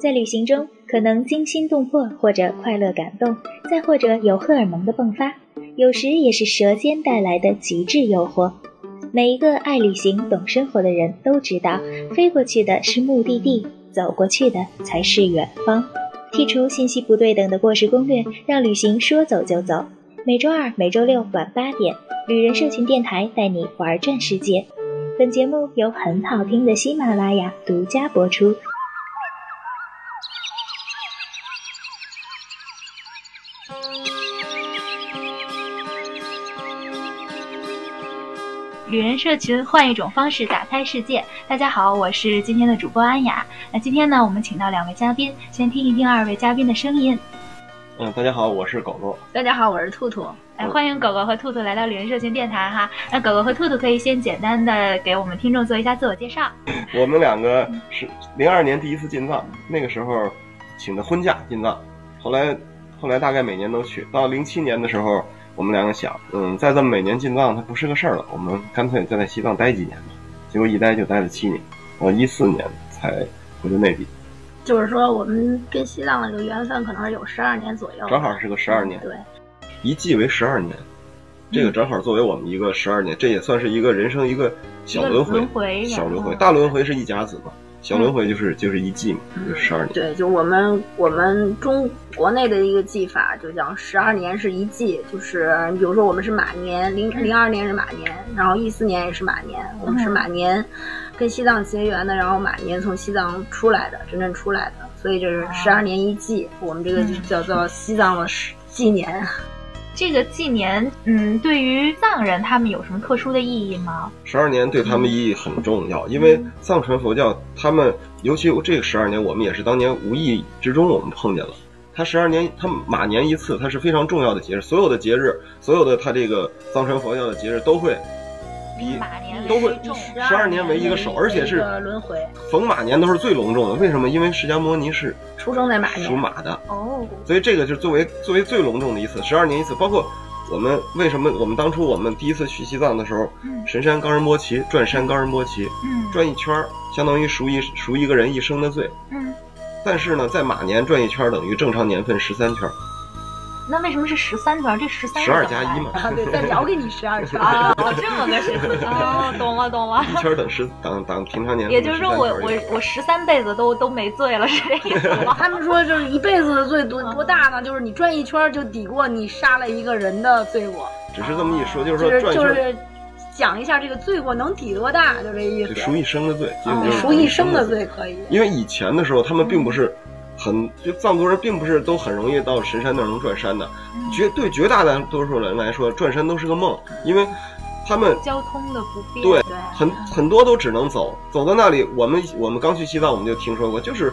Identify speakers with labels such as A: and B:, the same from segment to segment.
A: 在旅行中可能惊心动魄或者快乐感动，再或者有荷尔蒙的迸发，有时也是舌尖带来的极致诱惑。每一个爱旅行、懂生活的人都知道，飞过去的是目的地，走过去的才是远方。剔除信息不对等的过时攻略，让旅行说走就走。每周二、每周六晚八点，旅人社群电台带你玩转世界。本节目由很好听的喜马拉雅独家播出。
B: 旅人社群，换一种方式打开世界。大家好，我是今天的主播安雅。那今天呢，我们请到两位嘉宾，先听一听二位嘉宾的声音。
C: 嗯，大家好，我是狗狗。
B: 大家好，我是兔兔。哎，欢迎狗狗和兔兔来到旅人社群电台哈。那狗狗和兔兔可以先简单的给我们听众做一下自我介绍。
C: 我们两个是零二年第一次进藏，那个时候请的婚假进藏，后来后来大概每年都去。到零七年的时候，我们两个想，嗯，再这么每年进藏它不是个事儿了，我们干脆再在西藏待几年吧。结果一待就待了七年，我一四年才回的内地，
D: 就是说，我们跟西藏的这个缘分可能是有十二年左右，嗯
C: 正好是个十二年，
D: 对，
C: 一季为十二年，这个正好作为我们一个十二年，这也算是一个人生一个小轮回，
B: 轮回
C: 小轮回，嗯
B: 嗯
C: 大轮回是一甲子嘛，小轮回就是、就是一季嘛，就是十二年。
D: 对，就我们我们中国内的一个技法，就讲十二年是一季，就是比如说我们是马年，零零二年是马年，然后一四年也是马年，我们是马年跟西藏结缘的，然后马年从西藏出来的，真正出来的，所以就是十二年一季，我们这个就
B: 嗯
D: 叫做西藏的十纪年。
B: 这个纪年，嗯，对于藏人他们有什么特殊的意义吗？
C: 十二年对他们意义很重要，因为藏传佛教他们，尤其这个十二年，我们也是当年无意之中我们碰见了。他十二年，他马年一次，它是非常重要的节日。所有的节日，所有的他这个藏传佛教的节日都会
B: 以马年
C: 都会
B: 为重，
C: 十二年为一个首，而且是
D: 一个轮回，
C: 逢马年都是最隆重的。为什么？因为释迦摩尼是
D: 出生在马
C: 属
D: 年，
C: 马的，
B: 哦，
C: 所以这个就是作为作为最隆重的一次，十二年一次。包括我们为什么我们当初我们第一次去西藏的时候，
B: 嗯
C: 神山冈仁波齐转山冈仁波齐，
B: 嗯
C: 转一圈儿，相当于赎一赎一个人一生的罪。
B: 嗯，
C: 但是呢，在马年转一圈儿等于正常年份十三圈儿，
B: 那为什么是十三圈？这十三
C: 十二加一嘛，
D: 啊，对，再饶给你十二圈。
B: 啊，哦，这么个事情哦，懂了 懂了。
C: 一圈儿等十等等平常年份
B: 也就是说
C: 13
B: 我，
C: 圈儿
B: 我
C: 一样
B: 我十三辈子都都没醉了，是这意思吗？
D: 他们说就是一辈子的罪多多大呢？就是你转一圈儿就抵过你杀了一个人的罪过，
C: 只是这么一说，就是
D: 就
C: 说
D: 是
C: 转一
D: 就
C: 圈儿
D: 是讲一下这个罪过能抵多大，就这意
C: 就
D: 思。
C: 赎一生的罪，基本就是
D: 赎一生的
C: 罪。
D: 罪可以，
C: 因为以前的时候，他们并不是很就藏族人并不是都很容易到神山那儿能转山的，
B: 嗯
C: 绝对绝大多数人来说，转山都是个梦，因为他们
B: 嗯交通的不便，
C: 对
D: 对，
C: 很很多都只能走，走到那里，我们我们刚去西藏，我们就听说过，就是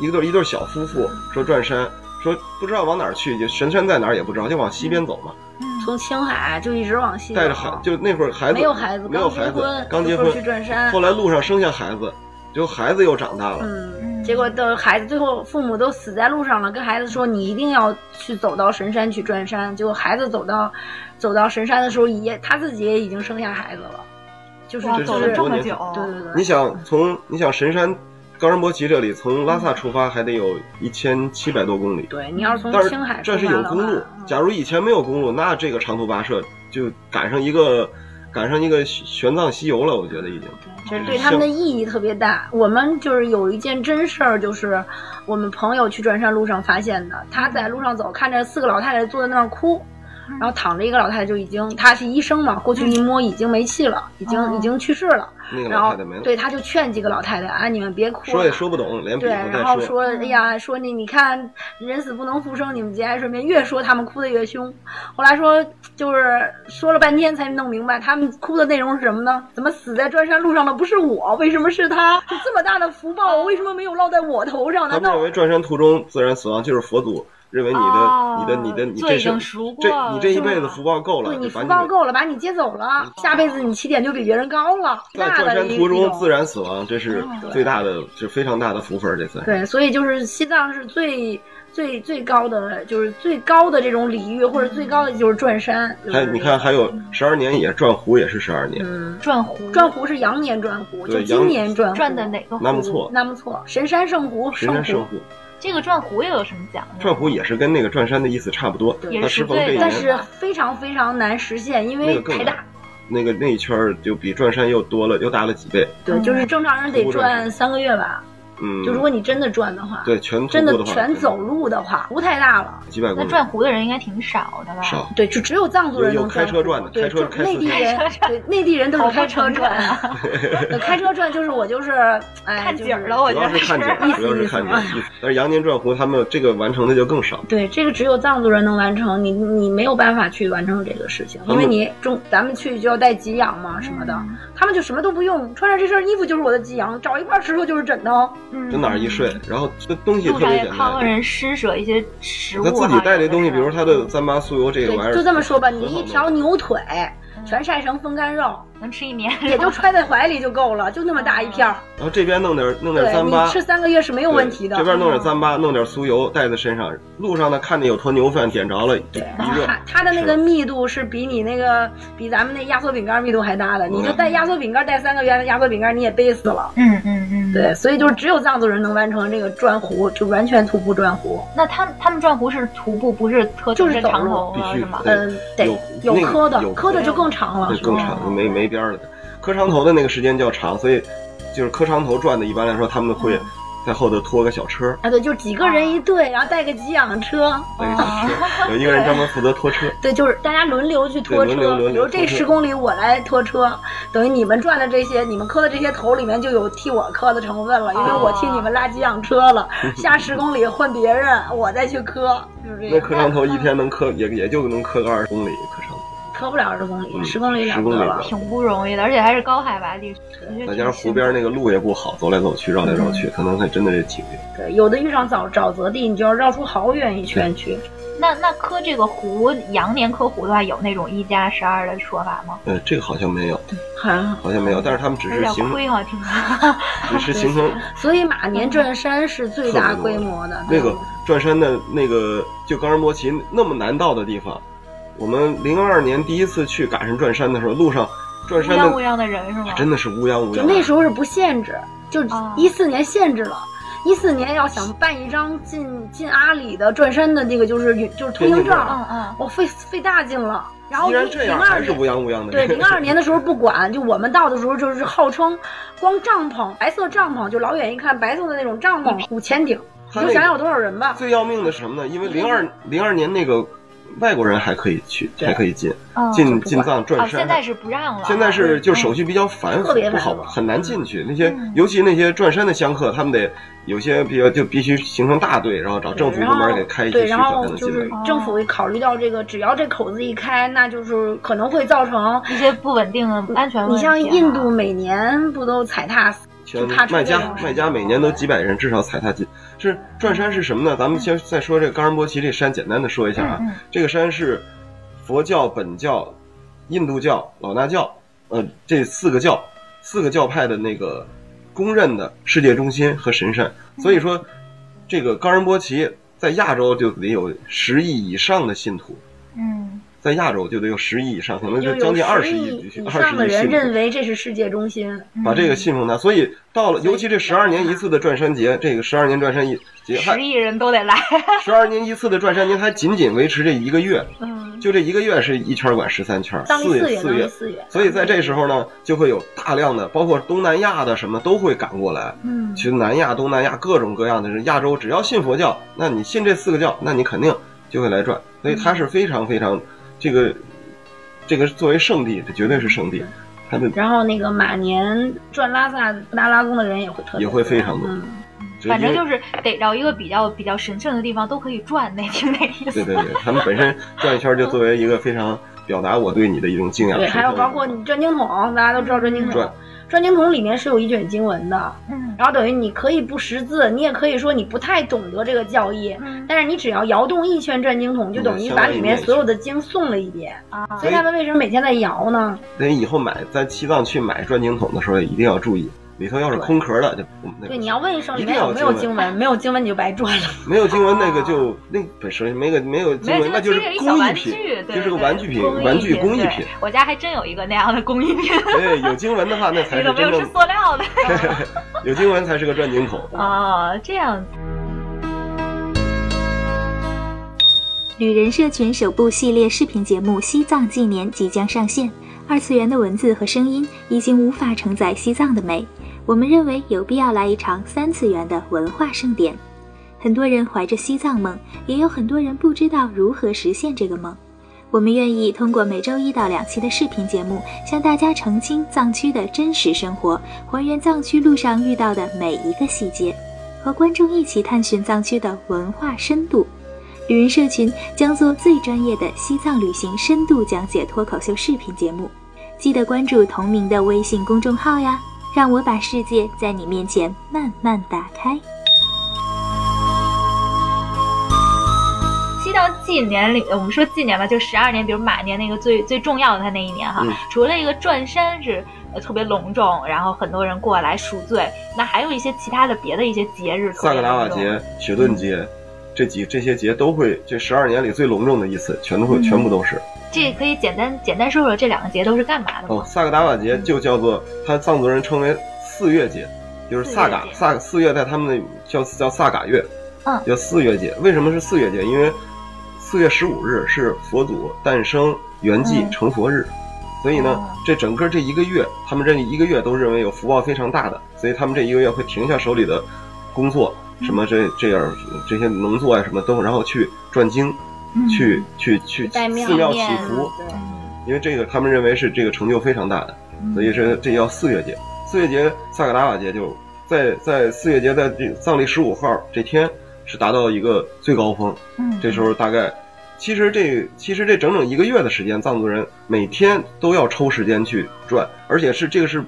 C: 一对一对小夫妇说转山，说不知道往哪儿去，就神山在哪儿也不知道，就往西边走嘛，
B: 嗯
D: 从青海就一直往西走，
C: 带着孩，就那会儿孩子
D: 嗯没有孩子，
C: 没有孩
D: 结
C: 子
D: 婚，，
C: 刚结
D: 就说
C: 婚
D: 去转山
C: 后，来路上生下孩子，就孩子又长大了，
D: 嗯，结果都孩子最后父母都死在路上了，跟孩子说你一定要去走到神山去转山，结果孩子走到走到神山的时候也他自己也已经生下孩子了，就是
B: 哇，
C: 这
B: 走
D: 就
B: 了
D: 是
B: 这
C: 多
B: 么
C: 年
B: 久，
D: 对对对，
C: 你想从你想神山冈仁波齐这里从拉萨出发还得有一千七百多公里，
D: 对你要是从
C: 但是
D: 嗯青海出
C: 这是
D: 发
C: 有
D: 的
C: 公路
D: 话，嗯
C: 假如以前没有公路，那这个长途跋涉就赶上一个赶上一个玄奘西游了，我觉得已经。
D: 就是对他们的
C: 像
D: 意义特别大。我们就是有一件真事儿，就是我们朋友去转山路上发现的，他在路上走，看着四个老太太坐在那儿哭。然后躺着一个老太太就已经，她是医生嘛，过去一摸已经没气了，已经、
B: 哦
D: 已经去世了。
C: 那个
D: 然
C: 老
D: 后
C: 太太没了，
D: 对，他就劝几个老太太啊，你们别哭了，
C: 说也说不懂，连比
D: 对，
C: 划
D: 然后
C: 带说。嗯
D: 说，哎呀，说你你看人死不能复生，你们节哀顺变，越说他们哭的越凶。后来说，就是说了半天才弄明白，他们哭的内容是什么呢？怎么死在转山路上的不是我，为什么是他？就这么大的福报，为什么没有落在我头上？
C: 他们
D: 难道
C: 认为转山途中自然死亡就是佛祖认为你的、
B: 哦
C: 你的、你的、你
B: 罪
C: 这
B: 已经
C: 生
B: 赎过
C: 这你这一
B: 是吧
C: 辈子福报够了，
D: 对你
C: 把
D: 福
C: 你
D: 报
C: 的
D: 够了，把你接走了，下辈子你起点就比别人高了，
C: 在
D: 那
C: 转
D: 的
C: 山
D: 一
C: 途
D: 一
C: 中
D: 种
C: 自然死亡，这是
B: 哦
C: 最大的，是非常大的福分儿。这算是
D: 对，所以就是西藏是最最最高的，就是最高的这种礼遇，或者最高的就是转山。就是
C: 还哎你看，还有十二年也转湖也是十二年，
D: 嗯，
B: 转湖
D: 转湖是羊年转湖，就
C: 对
D: 今
C: 羊
D: 年转湖
B: 转的哪个湖？
C: 那不错
D: 那不错，神山圣湖，
C: 神山
D: 嗯圣
C: 圣
D: 湖，
C: 湖，
B: 这个转湖又有什么讲究？
C: 转湖也是跟那个转山的意思差不多，
D: 对
B: 也
C: 它
B: 是
C: 适
B: 赎
C: 逢
B: 罪
C: 这一
B: 的，
D: 但
C: 年，
D: 是非常非常难实现，因
C: 那
D: 为
C: 个更
D: 太
C: 难
D: 大。，
C: 那个那一圈儿就比转山又多了，又大了几倍。
B: 嗯
D: 对，就是正常人得
C: 徒步转
D: 转
C: 山
D: 三个月吧，
C: 嗯，
D: 就如果你真的转的话，
C: 对全徒
D: 真
C: 步
D: 的
C: 的话，
D: 全走路的话，湖太大了。
C: 几百公
B: 那
C: 里，
B: 转湖的人应该挺少的吧？
C: 少。
D: 对，就只有藏族人
C: 有
D: 能
C: 有开车转的
D: 对
C: 开车
D: 就
C: 开
D: 内
C: 司
D: 地
C: 机
D: 人，对内地人都
B: 跑
D: 是
B: 步
D: 开车
B: 乘
D: 转
B: 转 啊，
D: 对开车转就是我就是哎
B: 看景儿了，
D: 就是
B: 我
C: 主
B: 觉
C: 要
B: 得
C: 是看景儿，
D: 意思
C: 主要
D: 意
C: 是
D: 思
C: 看景
D: 哎
C: 儿。意思但是羊年转湖，他们这个完成的就更少。
D: 对，这个只有藏族人能完成，你你没有办法去完成这个事情，
C: 他
D: 因
C: 们
D: 为你中咱们去就要带给养嘛什么的，
B: 嗯
D: 他们就什么都不用，穿上这身衣服就是我的给养，找一块石头就是枕头，
B: 嗯
C: 就哪儿一睡，然后这东西
B: 路
C: 特
B: 上
C: 别
B: 嗯也
C: 简
B: 靠个
C: 单。
B: 人施舍一些食物
C: 他
B: 哈，
C: 自己带这东西，
B: 有
C: 比如
B: 的时候
C: 他的糌粑酥油这个玩意
D: 对，
C: 儿，
D: 就这么说吧，你
C: 很好
D: 一
C: 弄
D: 条牛腿全晒成风干肉，
B: 嗯能吃一年，
D: 也就揣在怀里就够了，就那么大一片儿，
C: 然后这边弄点弄点
D: 对
C: 糌
D: 你
C: 粑，
D: 吃三个月是没有问题的嗯
C: 对这。边弄点糌粑，弄点酥油带在身上。路上呢，看见有坨牛粪，点着了，一热
D: 它它的那个密度是比你那个比咱们那压缩饼干密度还
C: 嗯
D: 大的，你就带压缩饼干带三个月的压缩饼干，你也背死了。
B: 嗯嗯嗯，。
D: 对，所以就是只有藏族人能完成这个转湖，就完全徒步转湖。
B: 那他们他们转湖是徒步，不是特
D: 就是走
B: 长
D: 路
B: 头
C: 必
B: 了
C: 须
B: 是吗？
C: 对
D: 嗯，得有
C: 有那个
D: 磕的，
C: 有
D: 磕的
B: 磕
D: 就更长
B: 啊
D: 了
C: 那。更长，没没边儿了。磕长头的那个时间较长，所以就是磕长头转的，一般来说他们会
B: 嗯
C: 在后头拖个小车，
D: 啊，对，就几个人一队，然后带个给养车，
C: 那个
B: 啊
C: 小 车有一个人专门负责拖车。
D: 对，就是大家轮流去拖
C: 对
D: 车，
C: 轮流轮流
D: 比如这
C: 拖车
D: 十公里我来拖车，等于你们转的这些，你们磕的这些头里面就有替我磕的成分了，因为我替你们拉给养车
C: 啊
D: 了，下十公里换别人，我再去磕，就是这
C: 那
D: 样，
C: 磕长头一
B: 嗯
C: 天能磕也也就能磕个二十公里，磕长头。
D: 磕不了十公里，
C: 嗯
D: 十公里了
C: 10
D: 不
C: 公里
D: 得了
C: 了。
B: 挺不容易的，而且还是高海拔地区，我觉得
C: 再
B: 挺
C: 加上湖边那个路也不好，走来走去，绕来绕
B: 嗯
C: 去，可能还真的是体力。
D: 对，有的遇上沼沼泽地，你就要绕出好远一圈去。
B: 那那磕这个湖，羊年磕湖的话，有那种一加十二的说法吗？
C: 呃，这个好像没有，
D: 还
C: 好像没有，但是他们只
B: 嗯有
C: 是
B: 点啊
C: 形成，
B: 亏哈， 听
C: 只
B: 着。
C: 是形成
D: 所以马年转山是最大规模的。嗯
C: 那个转山的那个就冈仁波齐那么难到的地方。我们零二年第一次去赶上转山的时候，路上转
B: 乌
C: 山
B: 泱乌
C: 的
B: 泱的人是吗？
C: 啊真的是乌泱乌
D: 就
C: 泱。
D: 那时候是不限制，就
B: 哦
D: 一四年限制了。一四年要想办一张进进阿里的转山的那个就是就是通行
C: 通行证
D: 证
B: 嗯，嗯，
D: 我费费大劲了。然后
C: 既然这
D: 零
C: 样
D: 二
C: 还是乌
D: 年
C: 泱乌泱的。
D: 对零二年的时候不管，就我们到的时候就是号称光帐篷白色帐篷，就老远一看白色的那种帐篷五千顶，你
C: 他那
D: 就
C: 个
D: 想想有多少人吧。
C: 最要命的是什么呢？因为零二零二年那个外国人还可以去，还可以进
B: 嗯
C: 进进藏
B: 哦，
C: 转山。
B: 现在是不让了，
C: 现在是就手续比较繁
D: 嗯特别
C: 复，不好
D: 繁复
C: 很难进去。那些
B: 嗯
C: 尤其那些转山的香客，他们得有些比较就必须形成大队，然后找政府部门给开一些
D: 对，
C: 区
D: 然
C: 才
D: 后
C: 能
D: 就
C: 进
D: 是
B: 哦
C: 来。
D: 政府会考虑到这个，只要这口子一开，那就是可能会造成。
B: 一些不稳定的安全问
D: 你
B: 题啊。
D: 像印度每年不都踩踏死？
C: 全
D: 怕出
C: 卖
D: 这
C: 家
D: 种
C: 卖家每年都几百人，至少踩踏进。是转山是什么呢？咱们先再说这冈仁波齐这山，简单的说一下啊
B: 嗯嗯，
C: 这个山是佛教、本教、印度教、老衲教，呃，这四个教四个教派的那个公认的世界中心和神山。
D: 嗯
C: 所以说，这个冈仁波齐在亚洲就得有十亿以上的信徒，
B: 嗯，
C: 在亚洲就得有十亿以上，可能
D: 就
C: 就
D: 有
C: 将近二
D: 十
C: 十
D: 亿
C: 亿
D: 以
C: 二十
D: 上的
C: 亿
D: 人
C: 信
D: 认
C: 徒。
D: 为这是世界中心。
B: 嗯
C: 把这个信奉他，所以到了，尤其这十二年一次的转山节，这个十二年转山一节，还
B: 十亿人都得 来，
C: 十二年一次的转山节，它仅仅维持这一个月，
B: 嗯，
C: 就这一个月是一圈管十三圈，
D: 藏历
C: 四
D: 四
C: 月
D: 月，藏
C: 四
D: 历
C: 月，
D: 四月。
C: 所以在这时候呢，就会有大量的，包括东南亚的什么都会赶过来，
B: 嗯
C: 去南亚、东南亚各种各样的人，亚洲只要信佛教，那你信这四个教，那你肯定就会来转。所以它是非常非常这个这个作为圣地，这绝对是圣地，它的
D: 然后那个马年转拉萨那拉宫的人也会特别
C: 也会非常多。
D: 嗯
B: 反正就是是逮着一个比较比较神圣的地方都可以转，那听那 意
C: 对
B: 思。
C: 对对，他们本身转一圈就作为一个非常表达我对你的一种敬仰。
D: 对，还有
C: 神圣的
D: 包括你转经筒，大家都知道转经筒
C: 转。
D: 转经筒里面是有一卷经文的，
B: 嗯
D: 然后等于你可以不识字，你也可以说你不太懂得这个教义，
B: 嗯
D: 但是你只要摇动一圈转经筒，就等于把里面所有的经诵了一遍。
B: 啊，
D: 所以他们为什么每天在摇呢？
C: 所以以后买在西藏去买转经筒的时候，一定要注意，里头要是空壳的，就不那
D: 对，
C: 个
D: 你要问一声里面有没有经文，没有经文你就白转 了。
C: 没有经文那个就那本身没个没有经
B: 没有
C: 文，那就是
B: 这个
C: 工
B: 小
C: 艺
B: 玩
C: 品
B: 具，对
C: 就是个
B: 对
C: 玩具品，
B: 工艺
C: 玩具工艺
B: 对
C: 品。
B: 我家还真有一个那样的工艺品，
C: 对，有经文的话，那才
B: 你
C: 是
B: 怎么
C: 真
B: 又是
C: 正
B: 塑料的？
C: 有经文才是个转经筒。
B: 哦，这样
A: 女人社群首部系列视频节目《西藏纪年》即将上线。二次元的文字和声音已经无法承载西藏的美，我们认为有必要来一场三次元的文化盛典。很多人怀着西藏梦，也有很多人不知道如何实现这个梦。我们愿意通过每周一到两期的视频节目，向大家澄清藏区的真实生活，还原藏区路上遇到的每一个细节，和观众一起探寻藏区的文化深度。旅人社群将做最专业的西藏旅行深度讲解脱口秀视频节目，记得关注同名的微信公众号呀！让我把世界在你面前慢慢打开。
B: 西藏纪年里，呃我们说纪年吧，就十二年，比如马年那个最最重要的，它那一年哈，
C: 嗯
B: 除了一个转山是呃特别隆重，然后很多人过来赎罪，那还有一些其他的别的一些节日，
C: 萨格达瓦
B: 特别隆重
C: 节、雪顿节，这几这些节都会，这十二年里最隆重的一次，全都会
B: 嗯
C: 全部都是。
B: 这可以简单简单说说这两个节都是干嘛的
C: 哦，
B: 吗？
C: 萨格达瓦节就叫做它藏族人称为四月节，就是萨嘎
B: 四月节
C: 萨四月在他们那叫叫萨嘎月，
B: 嗯
C: 叫四月节。为什么是四月节？因为四月十五日是佛祖诞生圆寂
B: 嗯
C: 成佛日，所以呢
B: 哦，
C: 这整个这一个月，他们这一个月都认为有福报非常大的，所以他们这一个月会停下手里的工作，
B: 嗯
C: 什么这这样这些农作啊什么都，然后去转经，
B: 嗯
C: 去去去
D: 在庙
C: 寺庙祈
B: 念
C: 福，
D: 对，
C: 因为这个他们认为是这个成就非常大的。所以这这叫四月节。四月节，萨格达瓦节就在在四月节，在这藏历十五号这天是达到一个最高峰。
B: 嗯
C: 哦这时候大概，其实这其实这整整一个月的时间，藏族人每天都要抽时间去转，而且是这个是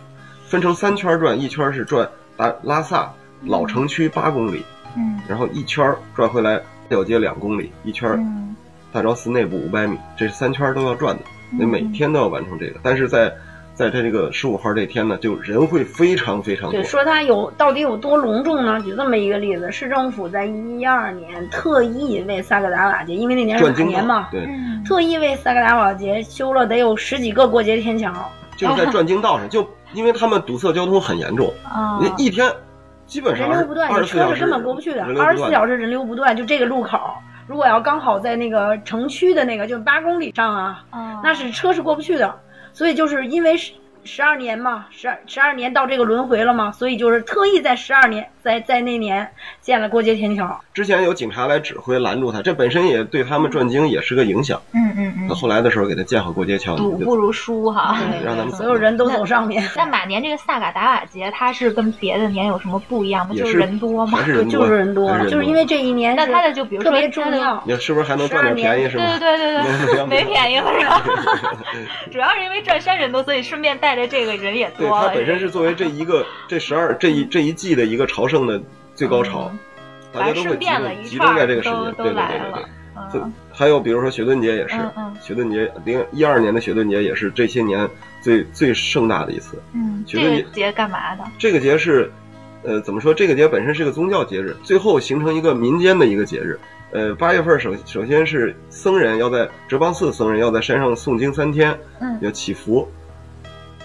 C: 分成三圈转，一圈是转达拉萨老城区八公里，
B: 嗯
C: 然后一圈转回来吊街两公里，一圈
B: 嗯
C: 大昭寺内部五百米，这是三圈都要转的，所以每
B: 嗯
C: 天都要完成这个。但是在在这这个十五号这天呢，就人会非常非常多
D: 对，。说它有到底有多隆重呢？举这么一个例子，市政府在一二年特意为萨格达瓦节，因为那年是
C: 转
D: 马
C: 经
D: 年
C: 道
D: 嘛，，
C: 对，
B: 嗯
D: 特意为萨格达瓦节修了得有十几个过节天桥。
C: 就是
B: 哦
C: 在转经道上，就因为他们堵塞交通很严重，
B: 啊
C: 人一天基本上
D: 人流不断，
C: 二
D: 你
C: 十四
D: 车
C: 小
D: 是
C: 时
D: 根本过不去的
C: 人。流不
D: 二十四
C: 断
D: 小时人流不断，就这个路口，如果要刚好在那个城区的那个，就是八公里上啊，
B: 啊
D: 那是车是过不去的。所以就是因为十十二年嘛，十二十二年到这个轮回了嘛，所以就是特意在十二年，在在那年建了过街天桥。
C: 之前有警察来指挥拦住他，这本身也对他们转经也是个影响。
B: 嗯嗯嗯
C: 那后来的时候给他建好过街桥，
B: 赌不如输
C: 哦
B: 哈。
C: 对让他们
D: 所有人都走上面。
B: 那马年这个萨嘎达瓦节，它是跟别的年有什么不一样吗？
C: 也
B: 就是人多吗
C: 还？是人多，
D: 就是人多
C: 还，
D: 就是因为这一年
B: 那它的就比如说
D: 特别
B: 它
D: 重
B: 的
D: 要。
C: 你是不是还能赚点便宜是
B: 对
C: 吗？
B: 对对 对对，没
C: 没
B: 便宜了 是吧？主要是因为转山人多，所以顺便带着这个人也
C: 对，
B: 多
C: 它
D: 哎
B: 了。
C: 本身是作为这一个这十二这一这一季的一个朝圣的最高潮，
D: 嗯
C: 大家
B: 反
C: 都
B: 正
C: 会集
B: 顺便了
C: 中
B: 一
C: 集
B: 串
C: 中
B: 儿
C: 在这个时
B: 都
C: 间，
B: 都
C: 对对
B: 来
C: 对对
B: 了
C: 对。。就
B: 嗯
C: 还有比如说雪顿节也是
B: 嗯，嗯
C: 雪顿节零一二年的雪顿节也是这些年最最盛大的一次。
B: 嗯，
C: 觉得
B: 这
C: 你
B: 个节干嘛的？
C: 这个节是，呃，怎么说？这个节本身是个宗教节日，最后形成一个民间的一个节日。呃，八月份首首先是僧人要在哲蚌寺僧人要在山上诵经三天，
B: 嗯
C: 要祈福。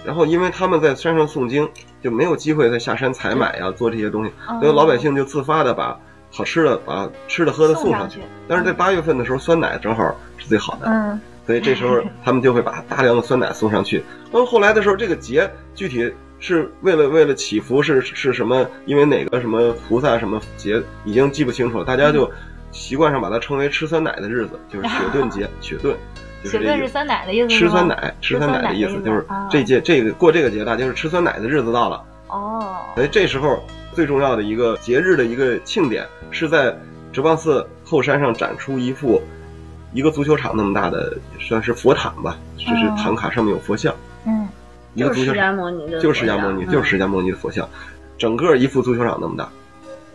C: 然后因为他们在山上诵经，就没有机会再下山采买呀、做这些东西，
B: 嗯
C: 所以嗯老百姓就自发的把好吃的、把吃的喝的
B: 送
C: 送
B: 上
C: 上
B: 去
C: 去。但是在八月份的时候，酸奶正好是最好的，
B: 嗯
C: 所以这 时候他们就会把大量的酸奶送上去。那么后来的时候，这个节具体是为了为了祈福是是什么？因为哪个什么菩萨什么节已经记不清楚了，大家就习惯上把它称为吃酸奶的日子，就是雪顿节。雪顿就是
B: 雪
C: 这
B: 顿
C: 个
B: 是酸奶的意思吗
C: 吃酸奶吃酸奶的意
B: 吃酸奶的意
C: 思，
B: 思
C: 就是
B: 啊
C: 这节这个过这个节，大家是吃酸奶的日子到了。
B: 哦，
C: 所以这时候最重要的一个节日的一个庆典是在哲蚌寺后山上展出一幅一个足球场那么大的算是佛塔吧，就是
B: 嗯
C: 唐卡上面有佛像。
B: 嗯
C: 一个
D: 就
C: 足
D: 是
C: 球
D: 释迦
C: 场
D: 摩尼的佛像，
C: 就是释迦牟尼，就是释
D: 嗯
C: 迦牟尼的佛像，整个一幅足球场那么大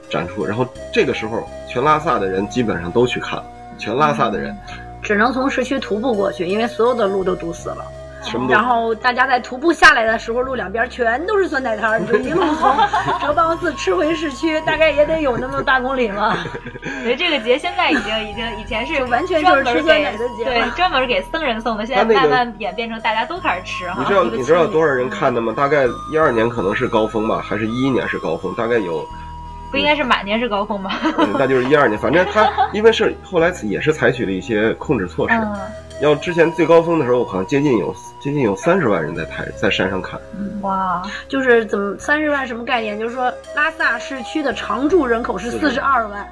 C: 展出。然后这个时候，全拉萨的人基本上都去看，全拉萨的人
D: 只能从市区徒步过去，因为所有的路都堵死了。
C: 什么
D: 然
C: 都
D: 后大家在徒步下来的时候，路两边全都是酸奶摊儿，你就一路从 哲蚌寺吃回市区，大概也得有那么大公里 了。
B: 我觉得这个节现在已经已经以前是
D: 完全就
B: 专
D: 是
B: 门
D: 吃酸奶的
B: 给
D: 节
B: 对，专门给僧人送的。现在
C: 他那
B: 慢
C: 个
B: 慢演变成大家都开始吃
C: 你
B: 哈
C: 知。道
D: 一个嗯
C: 你知道
D: 情侣
C: 多少
B: 嗯
C: 人看的吗？大概一二年可能是高峰吧，还是一一年是高峰？大概有，
B: 不应该是马年是高峰吗？
C: 嗯那就是一二年。反正他因为是后来也是采取了一些控制措施。
B: 嗯，
C: 要之前最高峰的时候，我好像接近有接近有三十万人在台在山上看，
B: 哇，
D: 就是怎么三十万什么概念？就是说拉萨市区的常住人口是四十二万，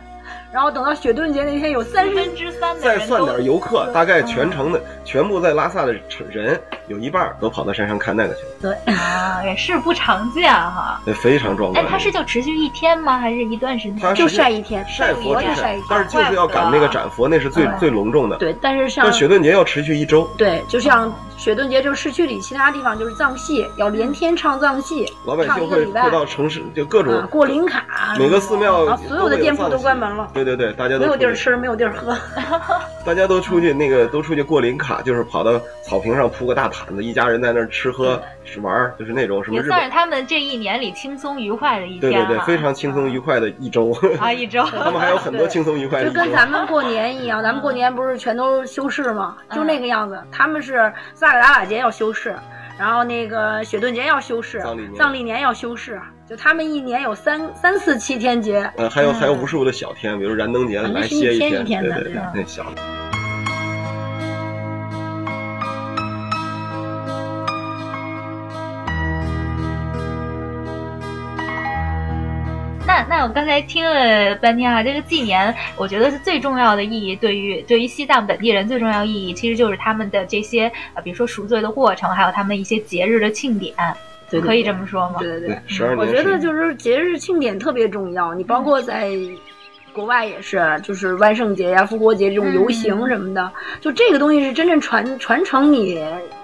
D: 然后等到雪顿节那天有
B: 三
D: 三十
B: 分之三的
C: 再
B: 人
C: 算
B: 都嗯
C: 点游客，大
D: 嗯
C: 概全城的全部在拉萨的人有一半儿都跑到山上看那个去了，
B: 啊，也是不常见哈。
C: 那非常壮
B: 哎
C: 观，。
B: 它是就持续一天吗？还是一段时间？
C: 它
D: 就是晒一天，
C: 晒佛
D: 我
C: 是
D: 也
C: 晒
D: 晒一，
C: 但
D: 天。
C: 是就是要赶那个展佛，那是最
D: 嗯
C: 最隆重的。
D: 对，但是像
C: 但雪顿节要持续一周，
D: 对，就像
C: 啊
D: 雪顿节，就是市区里其他地方就是藏戏，要连天唱藏戏，
C: 嗯老百
D: 唱
C: 姓
D: 一个
C: 会
D: 礼拜
C: 会到城市，就各种
D: 啊，过林卡，
C: 每个寺庙
D: 然后啊所有的店铺
C: 都
D: 都
C: 有
D: 关门了。
C: 对对对，大家都
D: 没有地儿
C: 出去，
D: 吃，没有地儿喝，
C: 大家都出去那个都出去过林卡，就是跑到草坪上铺个大毯子，一家人在那儿吃喝
D: 嗯
C: 玩儿，就是那种什么
B: 也
C: 日
B: 算
C: 本
B: 是，他们这一年里轻松愉快的一
C: 对
B: 天
C: 对
B: 了
C: 对，非常轻松愉快的一周。
B: 啊，一周。
C: 他们还有很多
D: 对
C: 轻松愉快的嗯
D: 就
C: 一周
D: 跟。咱们过年一样，咱们过年不是全都修饰吗？
C: 嗯
D: 就那个样子。他们是萨里达瓦节要修饰，然后那个雪顿节要修饰
C: 藏历，年
D: 藏历年要修饰，就他们一年有三三四七天节。
C: 呃，还有还有无数的小天，比如燃灯节
D: 啊那
C: 来
D: 是一
C: 歇
D: 天
C: 天，
D: 一天
C: 对
D: 的
C: 对
D: 对，
C: 那小的。
B: 那那我刚才听了半天啊，这个纪年，我觉得是最重要的意义，对于对于西藏本地人最重要意义，其实就是他们的这些呃，比如说赎罪的过程，还有他们一些节日的庆典，
D: 对对
B: 可以这么说吗？
D: 对对对
C: 对，，十二
D: 我
C: 年
D: 觉
C: 是
D: 得就是节日庆典特别重要，你包
B: 嗯
D: 括在国外也是，就是万圣节呀、复活节这种游
B: 嗯
D: 行什么的，就这个东西是真正传传承你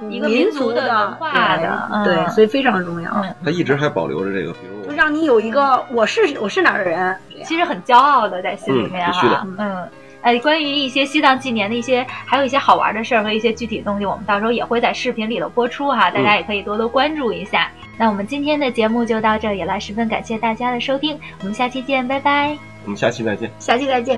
B: 一个嗯民
D: 民
B: 族
D: 族
B: 的文化
D: 对
B: 的嗯
D: 对，所以非常重要。
B: 嗯
C: 它一直还保留着这个，比如我
D: 就让你有一个我是我是哪儿人，
B: 其实很骄傲的在心里面
C: 嗯必须
B: 哈
C: 的，
B: 嗯。哎，关于一些西藏纪年的一些，还有一些好玩的事儿和一些具体的东西，我们到时候也会在视频里头播出
C: 嗯
B: 哈，大家也可以多多关注一下。那我们今天的节目就到这里了，十分感谢大家的收听，我们下期见，拜拜。
C: 我们下期再见。
D: 下期再见。